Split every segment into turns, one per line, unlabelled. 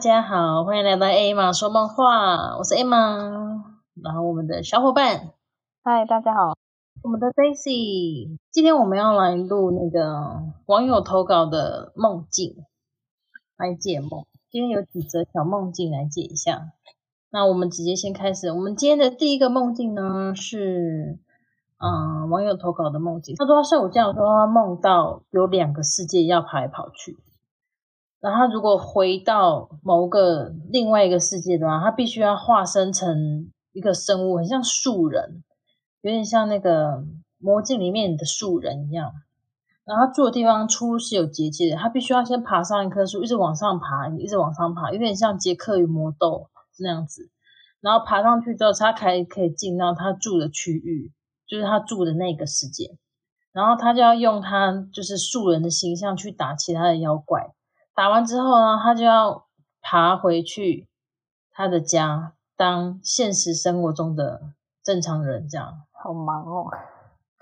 家好，欢迎来到 A 玛说梦话，我是 A 玛，然后我们的小伙伴，
嗨，大家好。
我们的 Daisy，今天我们要来录那个网友投稿的梦境，来解梦。今天有几则小梦境来解一下。那我们直接先开始。我们今天的第一个梦境呢是，嗯、网友投稿的梦境。他说他睡午觉的时候，他梦到有两个世界要跑来跑去。然后他如果回到某个另外一个世界的话，他必须要化身成一个生物，很像树人，有点像那个魔镜里面的树人一样。然后他住的地方出入是有结界的，他必须要先爬上一棵树，一直往上爬，一直往上爬，有点像杰克与魔豆那样子。然后爬上去之后，他才可以进到他住的区域，就是他住的那个世界。然后他就要用他就是树人的形象去打其他的妖怪。打完之后呢，他就要爬回去他的家，当现实生活中的正常人这样。
好忙哦，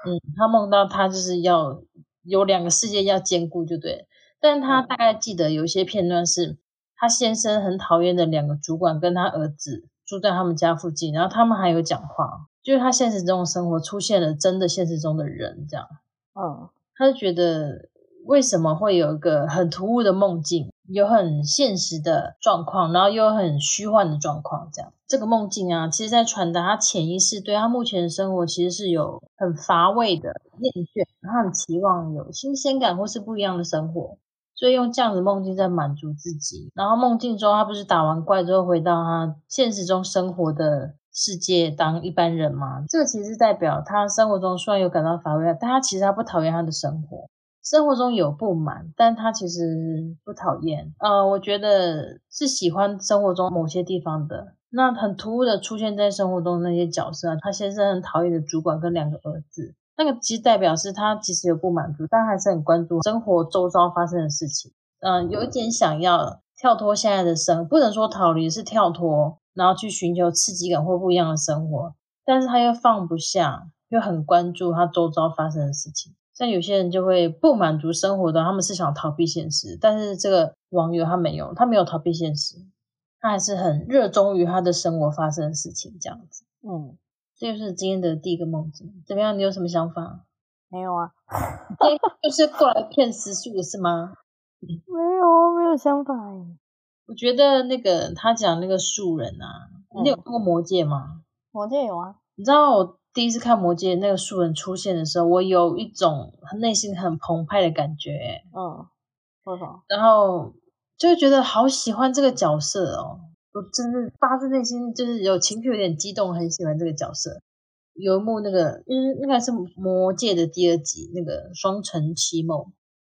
嗯，他梦到他就是要有两个世界要兼顾，就对了。但他
嗯
大概记得有一些片段是，他先生很讨厌的两个主管跟他儿子住在他们家附近，然后他们还有讲话，就是他现实中的生活出现了真的现实中的人这样。
嗯，
他就觉得为什么会有一个很突兀的梦境，有很现实的状况，然后又有很虚幻的状况，这样这个梦境啊，其实在传达他潜意识对他目前的生活其实是有很乏味的厌倦，然后很期望有新鲜感或是不一样的生活。所以用这样子梦境在满足自己，然后梦境中他不是打完怪之后回到他现实中生活的世界当一般人嘛？这个其实代表他生活中虽然有感到乏味，啊但他其实他不讨厌他的生活，生活中有不满，但他其实不讨厌。呃，我觉得是喜欢生活中某些地方的。那很突兀的出现在生活中的那些角色啊，他先生很讨厌的主管跟两个儿子，那个其实代表是他其实有不满足，但还是很关注生活周遭发生的事情。嗯、有一点想要跳脱现在的生，不能说逃离，是跳脱，然后去寻求刺激感或不一样的生活，但是他又放不下，又很关注他周遭发生的事情。像有些人就会不满足生活的，他们是想逃避现实，但是这个网友他没有，他没有逃避现实，他还是很热衷于他的生活发生的事情这样子。
嗯，
这就是今天的第一个梦境，怎么样？你有什么想法？
没有啊，
今天就是过来骗时速的是吗？
没有啊，没有想法哎。
我觉得那个他讲那个树人啊，你有看过《魔戒》吗？
魔戒有啊，
你知道我第一次看《魔戒》那个树人出现的时候，我有一种内心很澎湃的感觉、欸
嗯，为什么？
然后就觉得好喜欢这个角色哦，我真是发自内心就是有情绪，有点激动，很喜欢这个角色。有一幕那个，嗯，那个是《魔戒》的第二集，那个双城奇谋，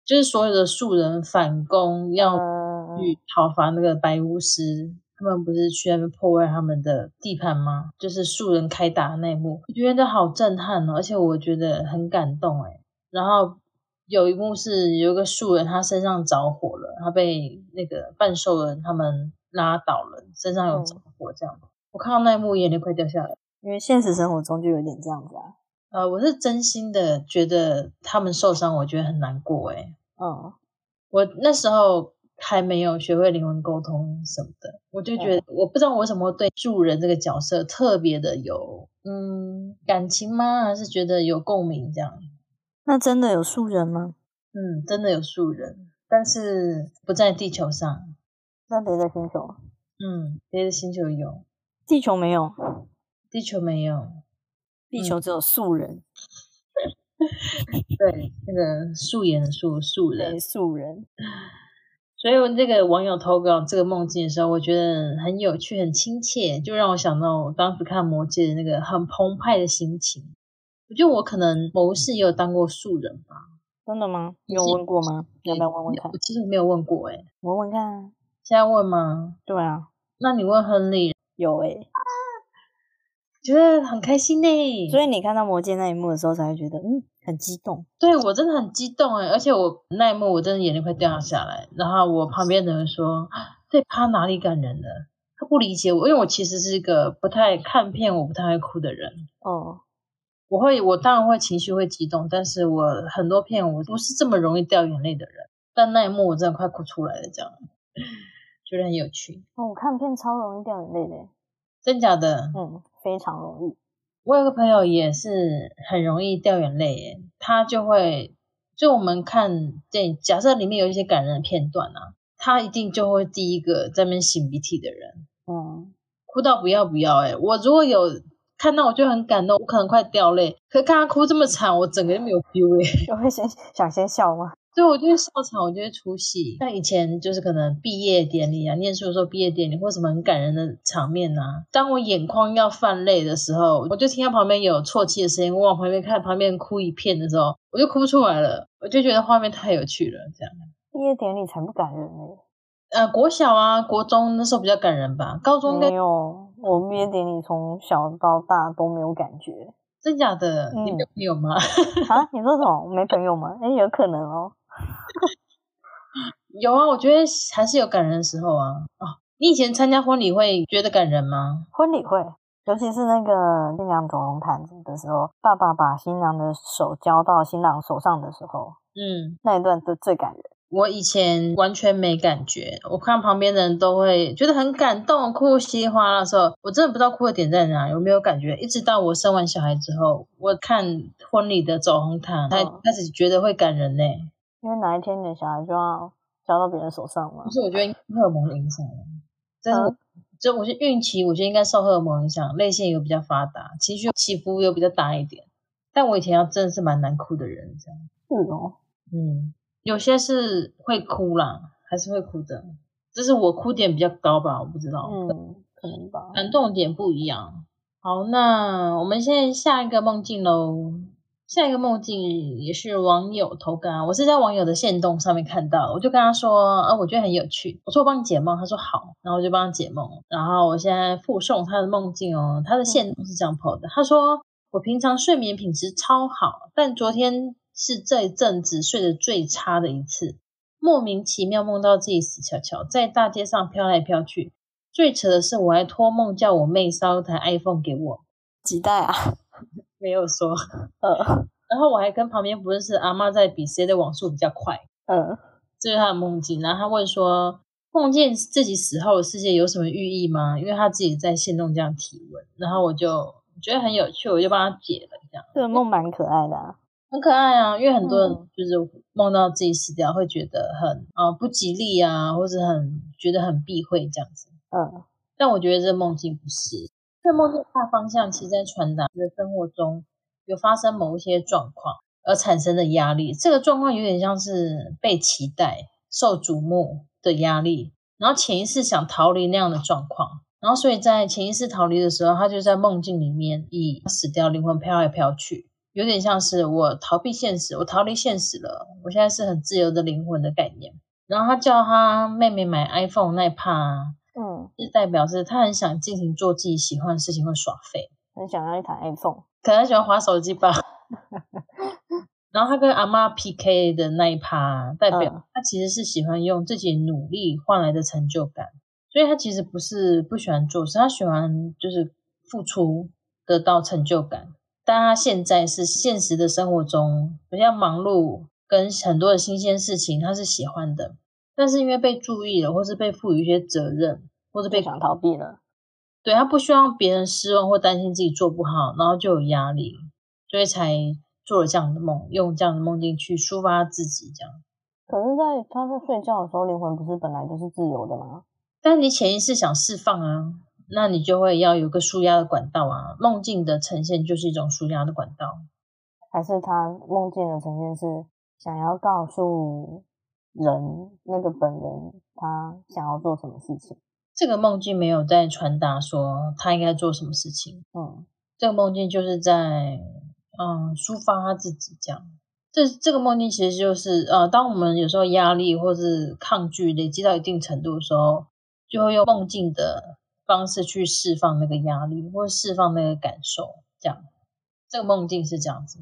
就是所有的树人反攻要
嗯，
去讨伐那个白巫师，他们不是去那边破坏他们的地盘吗？就是树人开打的那一幕，我觉得好震撼哦，而且我觉得很感动哎。然后有一幕是有一个树人，他身上着火了，他被那个半兽人他们拉倒了，身上有着火这样。我看到那一幕，眼泪快掉下来。
因为现实生活中就有点这样子啊。
呃，我是真心的觉得他们受伤，我觉得很难过哎。
嗯
我那时候还没有学会灵魂沟通什么的，我就觉得、我不知道我为什么对助人这个角色特别的有嗯感情吗？还是觉得有共鸣这样？
那真的有树人吗？
嗯，真的有助人，但是不在地球上，
在别的星球？
嗯，别的星球有，
地球没有，
地球没有。
地球只有树人，
对，那个素颜的素素人
对，，树人。
所以我这个网友投稿这个梦境的时候，我觉得很有趣、很亲切，就让我想到我当时看《魔戒》的那个很澎湃的心情。我觉得我可能某一世也有当过素人吧，
真的吗？你有问过 吗？要不要问问看
我？其实没有问过哎、
我问看啊。
现在问吗？
对啊，
那你问亨利，
有欸诶。
觉得很开心呢、
所以你看到魔戒那一幕的时候，才会觉得嗯，很激动。
对我真的很激动哎，而且我那一幕我真的眼泪快掉下来。然后我旁边的人说：“这趴哪里感人了？”他不理解我，因为我其实是一个不太看片，我不太会哭的人。
哦，
我会，我当然会情绪会激动，但是我很多片我不是这么容易掉眼泪的人。但那一幕我真的快哭出来了，这样 觉觉得很有趣。
哦，我看片超容易掉眼泪的耶，欸
真假的？
嗯，非常容易。
我有个朋友也是很容易掉眼泪耶，他就会就我们看电影，假设里面有一些感人的片段啊，他一定就会第一个在那边擤鼻涕的人，
嗯，
哭到不要不要哎！我如果有看到我就很感动，我可能快掉泪，可看他哭这么惨，我整个就没有 feel 哎。
就会先想先笑吗？
对，我就会笑场，我就会出戏。像以前就是可能毕业典礼啊，念书的时候毕业典礼或什么很感人的场面呐、当我眼眶要泛泪的时候，我就听到旁边有啜泣的声音，我往旁边看，旁边哭一片的时候，我就哭出来了。我就觉得画面太有趣了，这样。
毕业典礼才不感人呢。
呃，国小啊，国中那时候比较感人吧，高中应该
没有，我毕业典礼从小到大都没有感觉
真假的，你没有朋友吗？
啊！你说什么？我没朋友吗？哎、有可能哦。
有啊，我觉得还是有感人的时候啊。哦，你以前参加婚礼会觉得感人吗？
婚礼会，尤其是那个新娘走红毯子的时候，爸爸把新娘的手交到新郎手上的时候，
嗯，
那一段最最感人。
我以前完全没感觉，我看旁边的人都会觉得很感动，哭稀里哗啦的时候，我真的不知道哭的点在哪，有没有感觉？一直到我生完小孩之后，我看婚礼的走红毯，才
嗯
开始觉得会感人呢、
因为哪一天你的小孩就要交到别人手上嘛
不。是，我觉得应该荷尔蒙的影响，啊但是
嗯
就我是孕期，我觉得应该受荷尔蒙影响，泪腺有比较发达，情绪起伏又比较大一点。但我以前要真的是蛮难哭的人，这样，
是哦，
嗯，有些是会哭啦，还是会哭的。就是我哭点比较高吧，我不知道。
嗯，可能吧。
感动点不一样。好，那我们现在下一个梦境喽。下一个梦境也是网友投稿啊，我是在网友的线动上面看到，我就跟他说，呃，我觉得很有趣，我说我帮你解梦，他说好，然后我就帮他解梦，然后我现在附送他的梦境哦，他的线动是这样 po 的，他说我平常睡眠品质超好，但昨天是这一阵子睡得最差的一次，莫名其妙梦到自己死翘翘，在大街上飘来飘去，最扯的是，我还托梦叫我妹烧一台 iPhone 给我，
几代 啊？
没有说。
呃
然后我还跟旁边不认识的阿妈在比谁的网速比较快，
呃，
这是她的梦境。然后她问说，梦见自己死后的世界有什么寓意吗？因为她自己在线动这样提问，然后我就觉得很有趣，我就帮她解了，这样
这个梦蛮可爱的啊。
很可爱啊。因为很多人
嗯
就是梦到自己死掉，会觉得很啊、呃不吉利啊，或者很觉得很避讳这样子。
嗯，
但我觉得这梦境不是，这梦境大方向其实在传达的生活中有发生某一些状况而产生的压力。这个状况有点像是被期待、受瞩目的压力，然后潜意识想逃离那样的状况。然后，所以在潜意识逃离的时候，他就在梦境里面以死掉灵魂飘来飘去，有点像是我逃避现实，我逃离现实了，我现在是很自由的灵魂的概念。然后他叫他妹妹买 iPhone 那一趴啊，
嗯，
是代表是他很想尽情做自己喜欢的事情或耍废，
很想要一台 iPhone。
可能他喜欢划手机吧。然后他跟阿妈 PK 的那一趴，代
嗯
表他其实是喜欢用自己努力换来的成就感，所以他其实不是不喜欢做事，他喜欢就是付出得到成就感。但他现在是现实的生活中比较忙碌，跟很多的新鲜事情，他是喜欢的。但是因为被注意了，或是被赋予一些责任，或是被
不想逃避了。
对他不希望别人失望或担心自己做不好，然后就有压力，所以才做了这样的梦，用这样的梦境去抒发自己这样。
可是在，他在睡觉的时候，灵魂不是本来就是自由的吗？
但你潜意识想释放啊，那你就会要有个舒压的管道啊。梦境的呈现就是一种舒压的管道。
还是他梦见的呈现是想要告诉人那个本人他想要做什么事情？
这个梦境没有在传达说他应该做什么事情，
嗯，
这个梦境就是在嗯抒发他自己这样。这这个梦境其实就是呃，当我们有时候压力或是抗拒累积到一定程度的时候，就会用梦境的方式去释放那个压力或释放那个感受，这样。这个梦境是这样子，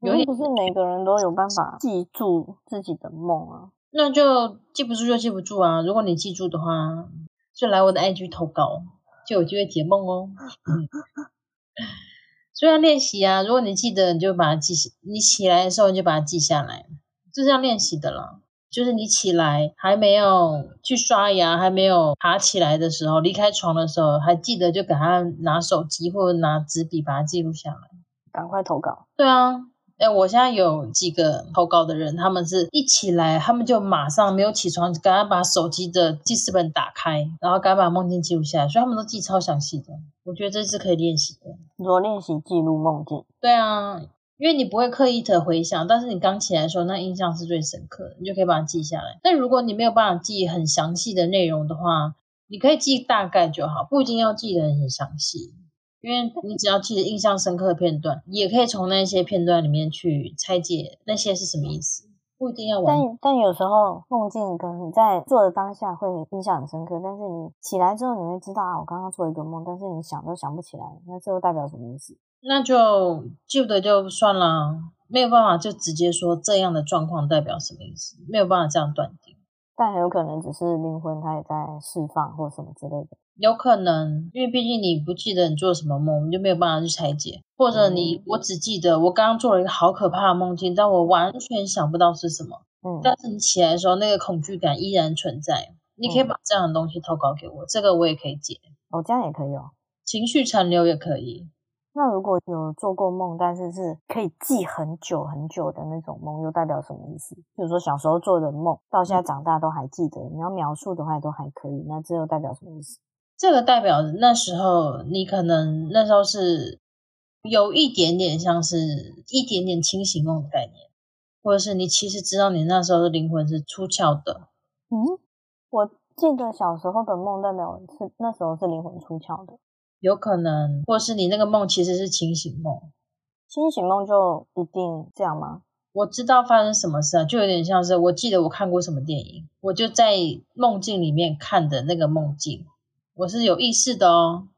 有
因为
点
不是每个人都有办法记住自己的梦啊。
那就记不住就记不住啊。如果你记住的话，就来我的 IG 投稿，就有机会解梦哦。嗯所以要练习啊，如果你记得，你就把它记下，你起来的时候你就把它记下来，这是要练习的啦。就是你起来还没有去刷牙，还没有爬起来的时候，离开床的时候，还记得就给他拿手机或者拿纸笔把它记录下来。
赶快投稿。
对啊，哎，我现在有几个投稿的人，他们是一起来，他们就马上没有起床，赶快把手机的记事本打开，然后赶快把梦境记录下来，所以他们都记超详细的。我觉得这是可以练习的。
你说练习记录梦境，
对啊，因为你不会刻意的回想，但是你刚起来的时候，那印象是最深刻的，你就可以把它记下来。但如果你没有办法记很详细的内容的话，你可以记大概就好，不一定要记得很详细，因为你只要记得印象深刻的片段，你也可以从那些片段里面去拆解那些是什么意思，不一定要完。
但但有时候梦境可能你在做的当下会印象很深刻，但是你起来之后你会知道啊，我刚刚做一个梦，但是你想都想不起来，那最后代表什么意思？
那就旧的就算了，啊没有办法就直接说这样的状况代表什么意思，没有办法这样断定。
但很有可能只是灵魂它也在释放或什么之类的。
有可能，因为毕竟你不记得你做什么梦，你就没有办法去拆解。或者你
嗯，
我只记得我刚刚做了一个好可怕的梦境，但我完全想不到是什么。
嗯，
但是你起来的时候，那个恐惧感依然存在。你可以
嗯
把这样的东西投稿给我，这个我也可以解。
哦，这样也可以哦。
情绪残留也可以，
那如果有做过梦，但是是可以记很久很久的那种梦，又代表什么意思？比如说小时候做的梦，到现在长大都还记得，你要描述的话都还可以，那这又代表什么意思？
这个代表那时候你可能那时候是有一点点像是一点点清醒梦的概念，或者是你其实知道你那时候的灵魂是出窍的，
嗯，我记得小时候的梦代表是那时候是灵魂出窍的，
有可能，或是你那个梦其实是清醒梦。
清醒梦就一定这样吗？
我知道发生什么事啊，就有点像是我记得我看过什么电影，我就在梦境里面看的那个梦境，我是有意识的哦。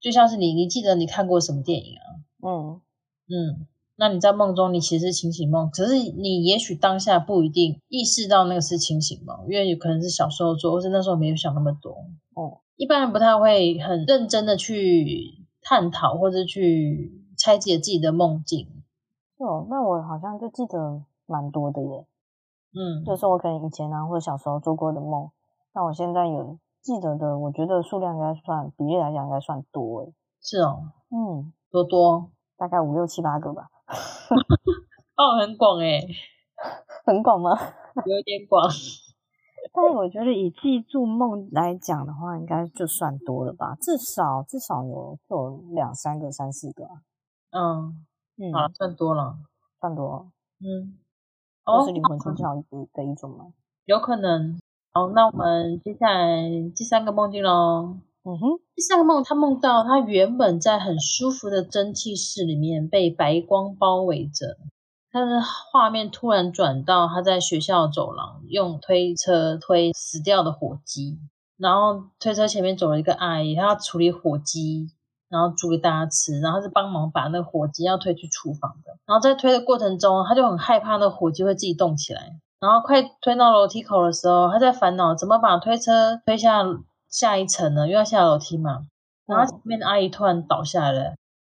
就像是你，你记得你看过什么电影啊？
嗯，
嗯，那你在梦中你其实是清醒梦，只是你也许当下不一定意识到那个是清醒梦，因为有可能是小时候做，或是那时候没有想那么多。
哦，
一般人不太会很认真的去探讨或者去拆解自己的梦境。
是哦，那我好像就记得蛮多的耶，
嗯，
就是我可能以前啊或者小时候做过的梦，那我现在有记得的，我觉得数量应该算比例来讲应该算多诶。
是哦，
嗯，
多多
大概五六七八个吧，
哦，很广诶、
很广吗？
有点广。
但是我觉得以记住梦来讲的话，应该就算多了吧，至少至少有有两三个、三四个啊、
嗯，
嗯，
好了，算多了。
算多，
嗯，
这
哦
是灵，魂出窍的一种吗？
有可能。好，那我们接下来第三个梦境喽。
嗯哼，
第三个梦，他梦到他原本在很舒服的蒸汽室里面被白光包围着，他的画面突然转到他在学校走廊用推车推死掉的火鸡，然后推车前面走了一个阿姨，她要处理火鸡，然后煮给大家吃，然后她是帮忙把那个火鸡要推去厨房的，然后在推的过程中，他就很害怕那个火鸡会自己动起来，然后快推到楼梯口的时候，他在烦恼怎么把推车推下下一层呢？因为要下楼梯嘛。然后前面的阿姨突然倒下来了，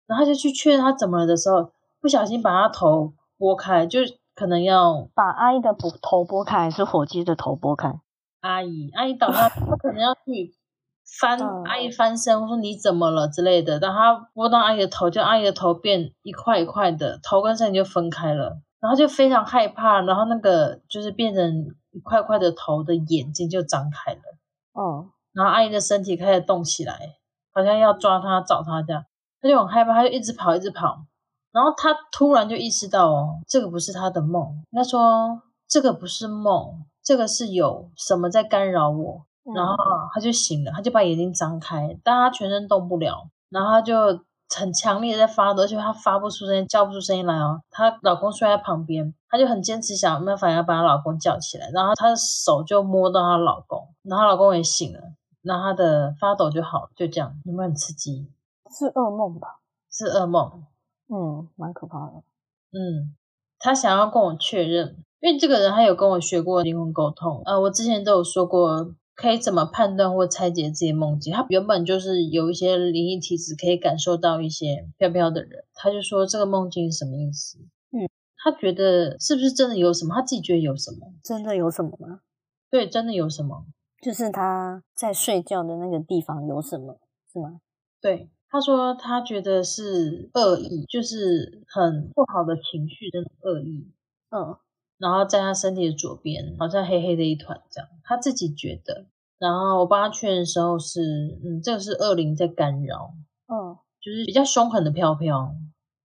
然后他就去确认她怎么了的时候，不小心把她头拨开，就可能要
把阿姨的头头拨开，还是火鸡的头拨开？
阿姨阿姨倒下，她可能要去翻、
嗯
阿姨翻身，我说你怎么了之类的，然后她拨到阿姨的头，就阿姨的头变一块一块的，头跟身体就分开了，然后就非常害怕，然后那个就是变成一块块的头的眼睛就张开了。
嗯，
然后阿姨的身体开始动起来，好像要抓她、找她这样，她就很害怕，她就一直跑，一直跑。然后她突然就意识到，哦，这个不是她的梦，应该说这个不是梦，这个是有什么在干扰我。然后她就醒了，她就把眼睛张开，但她全身动不了，然后她就很强烈的在发抖，而且她发不出声音，叫不出声音来哦。她老公睡在旁边，她就很坚持想没办法要把她老公叫起来，然后她的手就摸到她老公，然后她老公也醒了。然后他的发抖就好，就这样，有没有很刺激？
嗯是噩梦吧？
是噩梦。
嗯，蛮可怕的。
嗯，他想要跟我确认，因为这个人他有跟我学过灵魂沟通，呃，我之前都有说过，可以怎么判断或拆解自己的梦境。他原本就是有一些灵异体质，可以感受到一些飘飘的人，他就说这个梦境是什么意思？
嗯，
他觉得是不是真的有什么，他自己觉得有什么，
真的有什么吗？
对，真的有什么。
就是他在睡觉的那个地方有什么，是吗？
对，他说他觉得是恶意，就是很不好的情绪的那种恶意，
嗯，
然后在他身体的左边，好像黑黑的一团这样，他自己觉得。然后我帮他确认的时候是，嗯，这个是恶灵在干扰，
嗯，
就是比较凶狠的飘飘，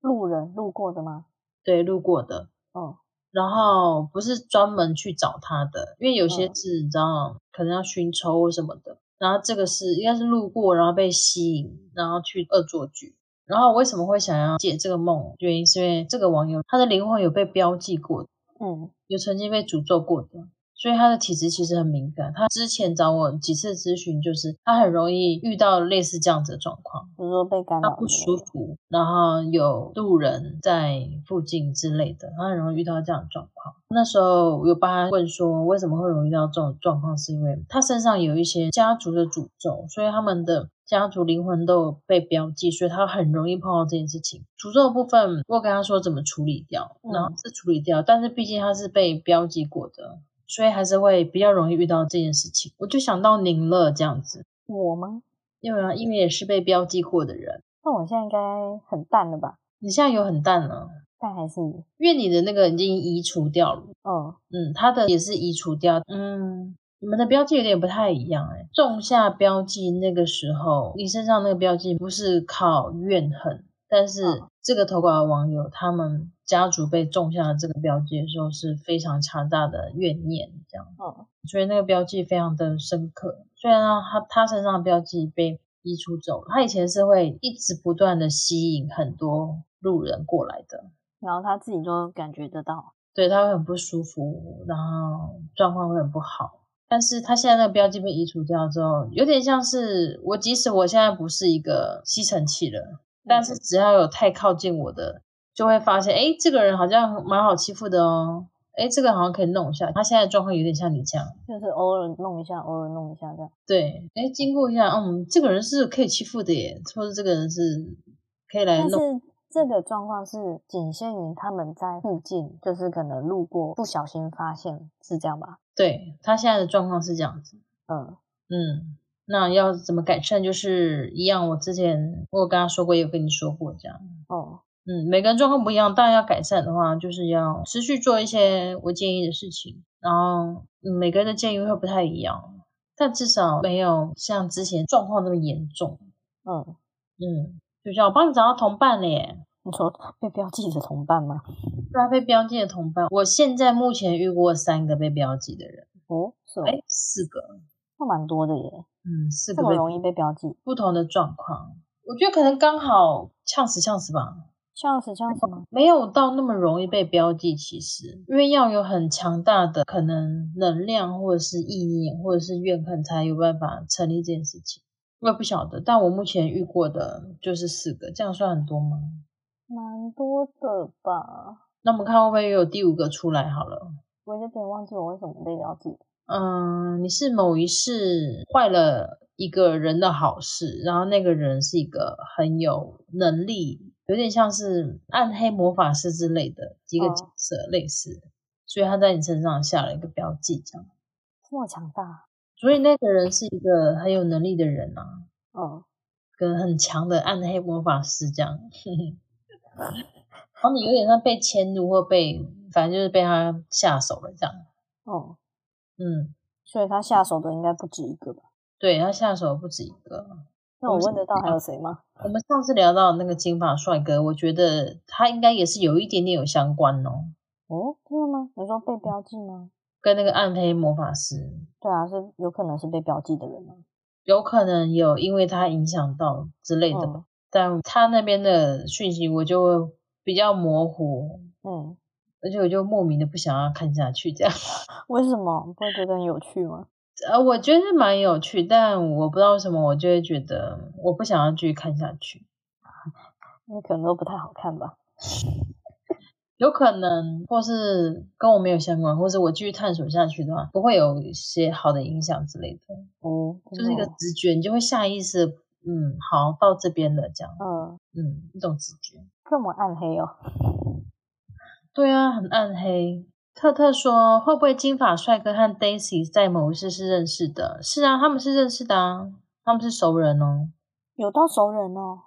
路人路过的吗？
对，路过的。
哦，
然后不是专门去找他的，因为有些
嗯
字你知道，可能要寻仇或什么的。然后这个是应该是路过，然后被吸引，然后去恶作剧。然后为什么会想要解这个梦？原因是因为这个网友他的灵魂有被标记过，
嗯
有曾经被诅咒过的，所以他的体质其实很敏感。他之前找我几次咨询，就是他很容易遇到类似这样子的状况，
比如说被干
他
扰
不
之类
舒
的，
服，然后有路人在附近之类的，他很容易遇到这样的状况。那时候我有帮他问说，为什么会容易遇到这种状况，是因为他身上有一些家族的诅咒，所以他们的家族灵魂都有被标记，所以他很容易碰到这件事情。诅咒的部分，我有跟他说怎么处理掉，
嗯
然后是处理掉，但是毕竟他是被标记过的。所以还是会比较容易遇到这件事情，我就想到您了这样子，
我吗？
因为啊因为也是被标记过的人，
那我现在应该很淡了吧？
你现在有很淡了，
但还是有，
因为你的那个已经移除掉了，
嗯，
嗯，他的也是移除掉，嗯，你们的标记有点不太一样、欸，哎，种下标记那个时候，你身上那个标记不是靠怨恨，但是
嗯
这个投稿的网友他们家族被种下这个标记的时候是非常强大的怨念，这样，
嗯，
所以那个标记非常的深刻，虽然啊他他身上的标记被移除走了，他以前是会一直不断的吸引很多路人过来的。
然后他自己就感觉得到，
对他会很不舒服，然后状况会很不好。但是他现在那个标记被移除掉之后，有点像是我，即使我现在不是一个吸尘器了，但
嗯
是只要有太靠近我的，就会发现，哎，这个人好像蛮好欺负的哦，哎，这个好像可以弄一下。他现在的状况有点像你这样，
就是偶尔弄一下，偶尔弄一下这样，
对，哎，经过一下，嗯，这个人是可以欺负的耶，或者这个人是可以来
但
弄，
是。这个状况是仅限于他们在附近，就是可能路过，不小心发现，是这样吧？
对他现在的状况是这样子。
嗯，
嗯，那要怎么改善？就是一样，我之前我有跟他说过，也有跟你说过这样。
哦，
嗯，每个人状况不一样，但要改善的话，就是要持续做一些我建议的事情。然后、嗯每个人的建议会不太一样，但至少没有像之前状况那么严重。
嗯，
嗯，就像我帮你找到同伴了耶。
你说被标记的同伴吗？
对啊，被标记的同伴，我现在目前遇过三个被标记的人，
哦，是哦，
哎，四个，
那蛮多的耶，
嗯，四
这
个
么
被
容易被标记，
不同的状况，我觉得可能刚好呛死呛死吧。
像是像什么？
没有到那么容易被标记，其实因为要有很强大的可能能量，或者是意念，或者是怨恨，才有办法成立这件事情。我也不晓得，但我目前遇过的就是四个，这样算很多吗？
蛮多的吧，
那我们看会不会有第五个出来好了。
我有点忘记我为什么被标记。
嗯，你是某一世坏了一个人的好事，然后那个人是一个很有能力，有点像是暗黑魔法师之类的一个
哦
角色，类似，所以他在你身上下了一个标记，这样。
这么强大，啊
所以那个人是一个很有能力的人啊，
嗯，
跟很强的暗黑魔法师这样。 然后你有点像被迁怒或被，反正就是被他下手了这样。
哦、
嗯，
所以他下手的应该不止一个吧？
对他下手不止一个。
那我问得到还有谁吗？
我们上次聊到那个金发帅哥，我觉得他应该也是有一点点有相关哦，
哦，真的吗？你说被标记吗？
跟那个暗黑魔法师
对啊，是有可能是被标记的人吗？
有可能有因为他影响到之类的吧。
嗯
但他那边的讯息我就比较模糊，
嗯，
而且我就莫名的不想要看下去这样。
为什么不会觉得很有趣吗？
呃，我觉得蛮有趣，但我不知道为什么，我就会觉得我不想要继续看下去。
因为可能都不太好看吧。
有可能，或是跟我没有相关，或是我继续探索下去的话，不会有一些好的影响之类的。
哦、嗯，
就是一个直觉，你就会下意识地，嗯，好，到这边了，这样，
嗯，
嗯，一种直觉。
这么暗黑哦。
对啊，很暗黑。特特说，会不会金发帅哥和 Daisy 在某一次是认识的？是啊，他们是认识的啊，他们是熟人哦，
有到熟人哦，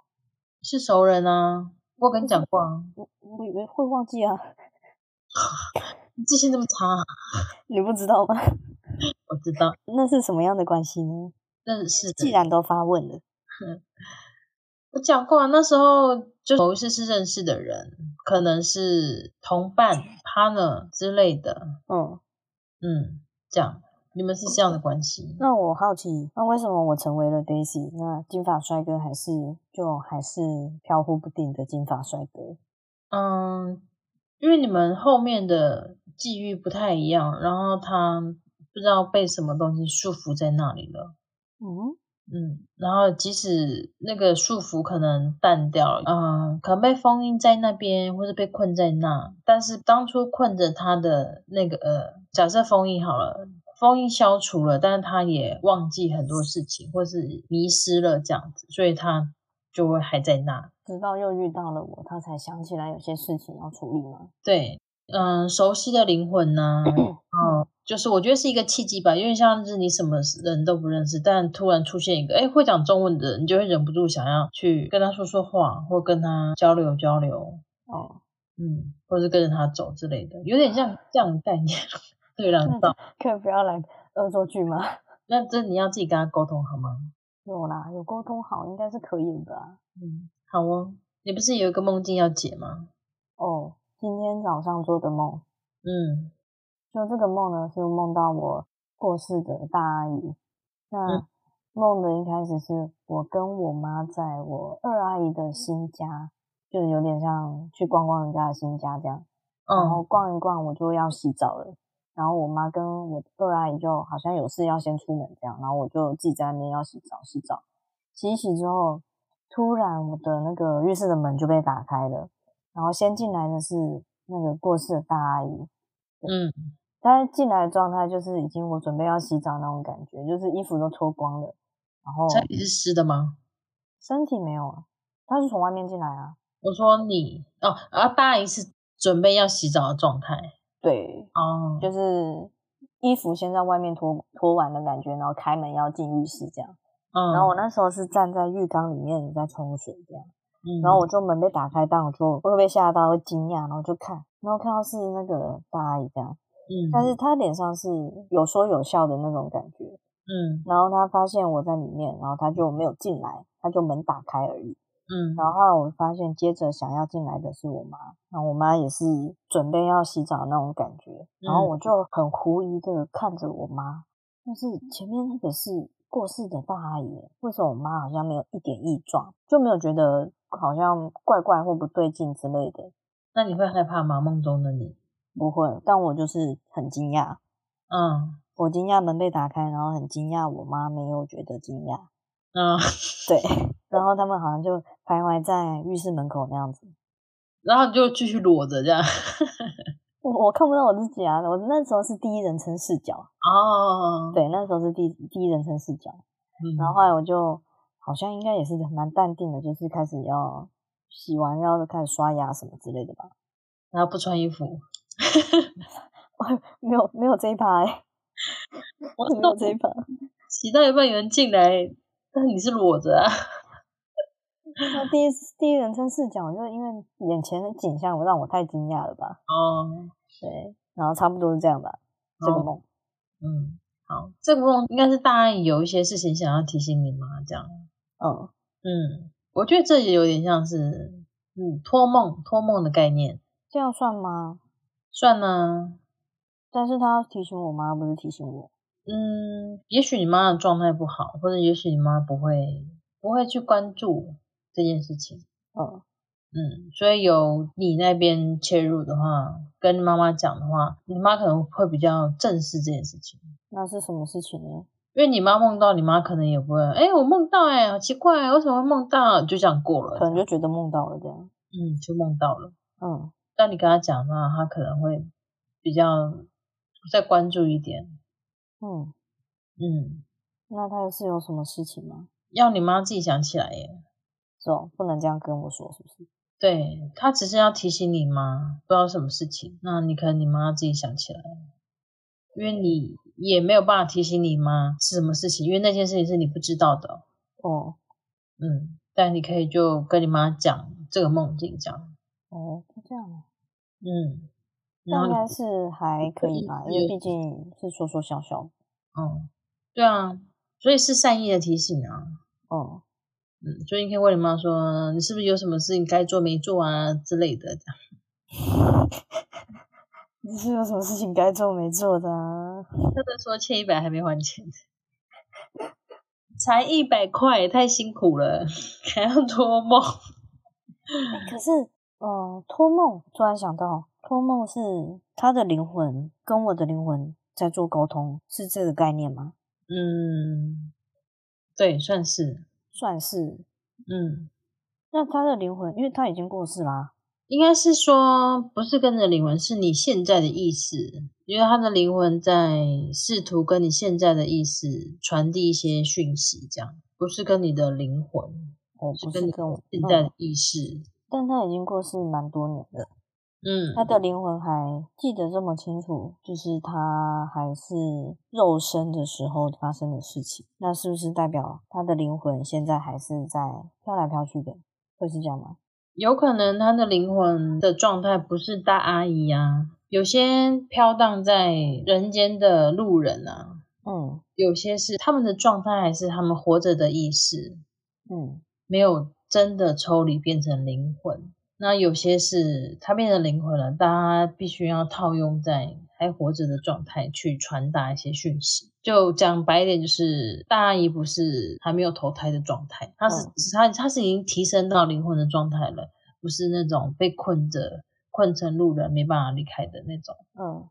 是熟人啊。我跟你讲过啊，
我我以为会忘记啊，
你记性这么差啊、
你不知道吗？
我知道，
那是什么样的关系呢？
认识的。
既然都发问了，
我讲过啊，那时候就某一次是认识的人，可能是同伴、partner 之类的，
嗯，
嗯，这样你们是这样的关系。
那我好奇，那为什么我成为了 Daisy？那金发帅哥还是就还是飘忽不定的金发帅哥？
嗯，因为你们后面的际遇不太一样，然后他不知道被什么东西束缚在那里了。
嗯，
嗯，然后即使那个束缚可能淡掉了，嗯，可能被封印在那边，或者被困在那，但是当初困着他的那个呃，假设封印好了，封印消除了，但是他也忘记很多事情，或是迷失了这样子，所以他就会还在那。
直到又遇到了我，他才想起来有些事情要处理吗？
对，嗯，熟悉的灵魂呢、哦，就是我觉得是一个契机吧，因为像是你什么人都不认识，但突然出现一个哎会讲中文的人，你就会忍不住想要去跟他说说话，或跟他交流交流，
哦，
嗯，或者跟着他走之类的，有点像这样的概念。 对了，
嗯 可以不要来恶作剧吗？
那这你要自己跟他沟通好吗？
有啦，有沟通好，应该是可以的吧？
嗯，好哦。你不是有一个梦境要解吗？
哦，今天早上做的梦，
嗯
就这个梦呢，是梦到我过世的大阿姨。那
嗯
梦的一开始是我跟我妈在我二阿姨的新家，就有点像去逛逛人家的新家这样。然后
嗯
逛一逛，我就要洗澡了。然后我妈跟我二阿姨就好像有事要先出门这样，然后我就自己在那边要洗澡，洗澡，洗一洗之后，突然我的那个浴室的门就被打开了，然后先进来的是那个过世的大阿姨，
嗯
但是进来的状态就是已经我准备要洗澡那种感觉，就是衣服都脱光了，然后
身体是湿的吗？
身体没有啊，她是从外面进来啊，
我说你哦，啊，大姨是准备要洗澡的状态
对，
哦，
就是衣服先在外面脱脱完的感觉，然后开门要进浴室这样。
嗯，
然后我那时候是站在浴缸里面在冲水这样，
嗯，
然后我就门被打开，但我就会被吓到，会惊讶，然后就看，然后看到是那个大阿姨这样，
嗯，
但是她脸上是有说有笑的那种感觉。
嗯
然后她发现我在里面，然后她就没有进来，她就门打开而已。
嗯
然后后来我发现，接着想要进来的是我妈，然后我妈也是准备要洗澡那种感觉，然后
嗯
我就很狐疑的看着我妈，但是前面那个是过世的大阿姨，为什么我妈好像没有一点异状，就没有觉得好像怪怪或不对劲之类的，
那你会害怕吗？梦中的你？
不会，但我就是很惊讶，
嗯
我惊讶门被打开，然后很惊讶我妈没有觉得惊讶，
嗯，
对，然后他们好像就徘徊在浴室门口那样子，
然后你就继续裸着这样。
我我看不到我自己啊，我那时候是第一人称视角，
哦，，
对，那时候是第第一人称视角。
嗯、
然后后来我就好像应该也是蛮淡定的，就是开始要洗完要开始刷牙什么之类的吧，
然后不穿衣服，
没有没有这一趴、欸，
我
没有这一趴，
洗到一半有人进来，但你是裸着啊。
那第一第一人称视角，就因为眼前的景象让我太惊讶了吧，
哦，
对，然后差不多是这样吧，这个
哦
梦，
嗯，好，这个梦应该是大阿姨有一些事情想要提醒你嘛，这样。
嗯，
嗯，我觉得这也有点像是嗯托梦托梦的概念，
这样算吗？
算呢。
但是他提醒我妈，不是提醒我，
嗯，也许你妈的状态不好，或者也许你妈不会不会去关注这件事情。
嗯，
嗯，所以由你那边切入的话，跟妈妈讲的话，你妈可能会比较正视这件事情，
那是什么事情呢？
因为你妈梦到，你妈可能也不会，哎、我梦到、哎，好奇怪、为什么会梦到？就这样过
可
了，
能就觉得梦到了这样，
嗯，就梦到了。
嗯。
但你跟她讲的话，她可能会比较再关注一点，
嗯，
嗯，
那他又是有什么事情吗？哦
要你妈自己想起来耶。
这种不能这样跟我说，是不是？
对他只是要提醒你妈，不知道什么事情，那你可能你妈自己想起来了，因为你也没有办法提醒你妈是什么事情，因为那件事情是你不知道的哦、
哦
嗯，但你可以就跟你妈讲这个梦境，这样，
哦，是这样啊，
嗯，然
那
后
应
你
该是还可以吧，因为
也
毕竟是说说笑笑。
嗯，对啊，所以是善意的提醒啊，
嗯，
嗯，所以你可以问你妈说，你是不是有什么事情该做没做啊之类的，这样
你是有什么事情该做没做的啊？
或者说欠一百还没还钱，才一百块，太辛苦了，还要托梦，
哎可是，呃，托梦突然想到，托梦是他的灵魂跟我的灵魂在做沟通，是这个概念吗？
嗯，对，算是，
算是。
嗯，
那他的灵魂，因为他已经过世啦、
应该是说，不是跟着灵魂，是你现在的意识，因为他的灵魂在试图跟你现在的意识传递一些讯息，这样不是跟你的灵魂，
哦，
是
不
跟
是
你
跟我，
现在
嗯
的意识。
但他已经过世蛮多年的，
嗯，
他的灵魂还记得这么清楚，就是他还是肉身的时候发生的事情，那是不是代表他的灵魂现在还是在飘来飘去的？会是这样吗？
有可能他的灵魂的状态不是大阿姨啊，有些飘荡在人间的路人啊，
嗯
有些是他们的状态还是他们活着的意识，
嗯
没有真的抽离变成灵魂。那有些是它变成灵魂了，但它必须要套用在还活着的状态去传达一些讯息。就讲白一点，就是大阿姨不是还没有投胎的状态，她是
嗯
她她是已经提升到灵魂的状态了，不是那种被困着、困成路人没办法离开的那种。
嗯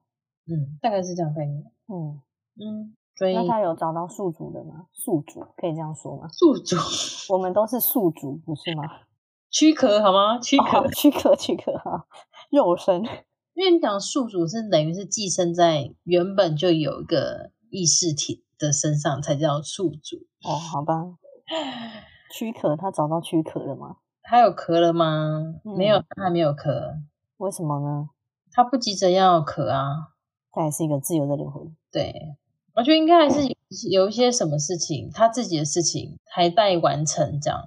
嗯，大概是这样概念。
嗯，
嗯，所以
那他有找到宿主的吗？宿主可以这样说吗？
宿主
我们都是宿主，不是吗？
躯壳好吗？躯壳。
哦躯壳躯壳哈，肉身。
因为你讲宿主是等于是寄生在原本就有一个意识体的身上才叫宿主，
哦，好吧，躯壳他找到躯壳了吗？
它有壳了吗？
嗯
没有，它还没有壳，
为什么呢？
它不急着要壳啊。
他也是一个自由的灵魂。
对，我觉得应该还是有有一些什么事情，他自己的事情还待完成，这样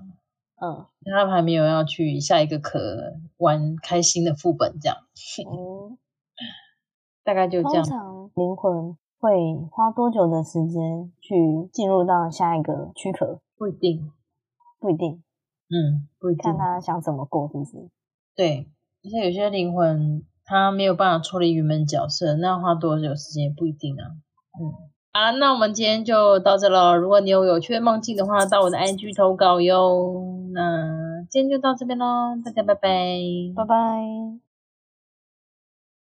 嗯，
他还没有要去下一个壳玩开心的副本，这样
哦、
大概就这
通
样。
常灵魂会花多久的时间去进入到下一个躯壳？
不一定，
不一定，
嗯，不一定
看。他想怎么过，是不是？
对，而且有些灵魂他没有办法脱离原本角色，那要花多久时间也不一定啊。嗯，好啦，那我们今天就到这喽。如果你有有趣的梦境的话，到我的 IG 投稿哟。那今天就到这边喽，大家拜拜。
拜拜。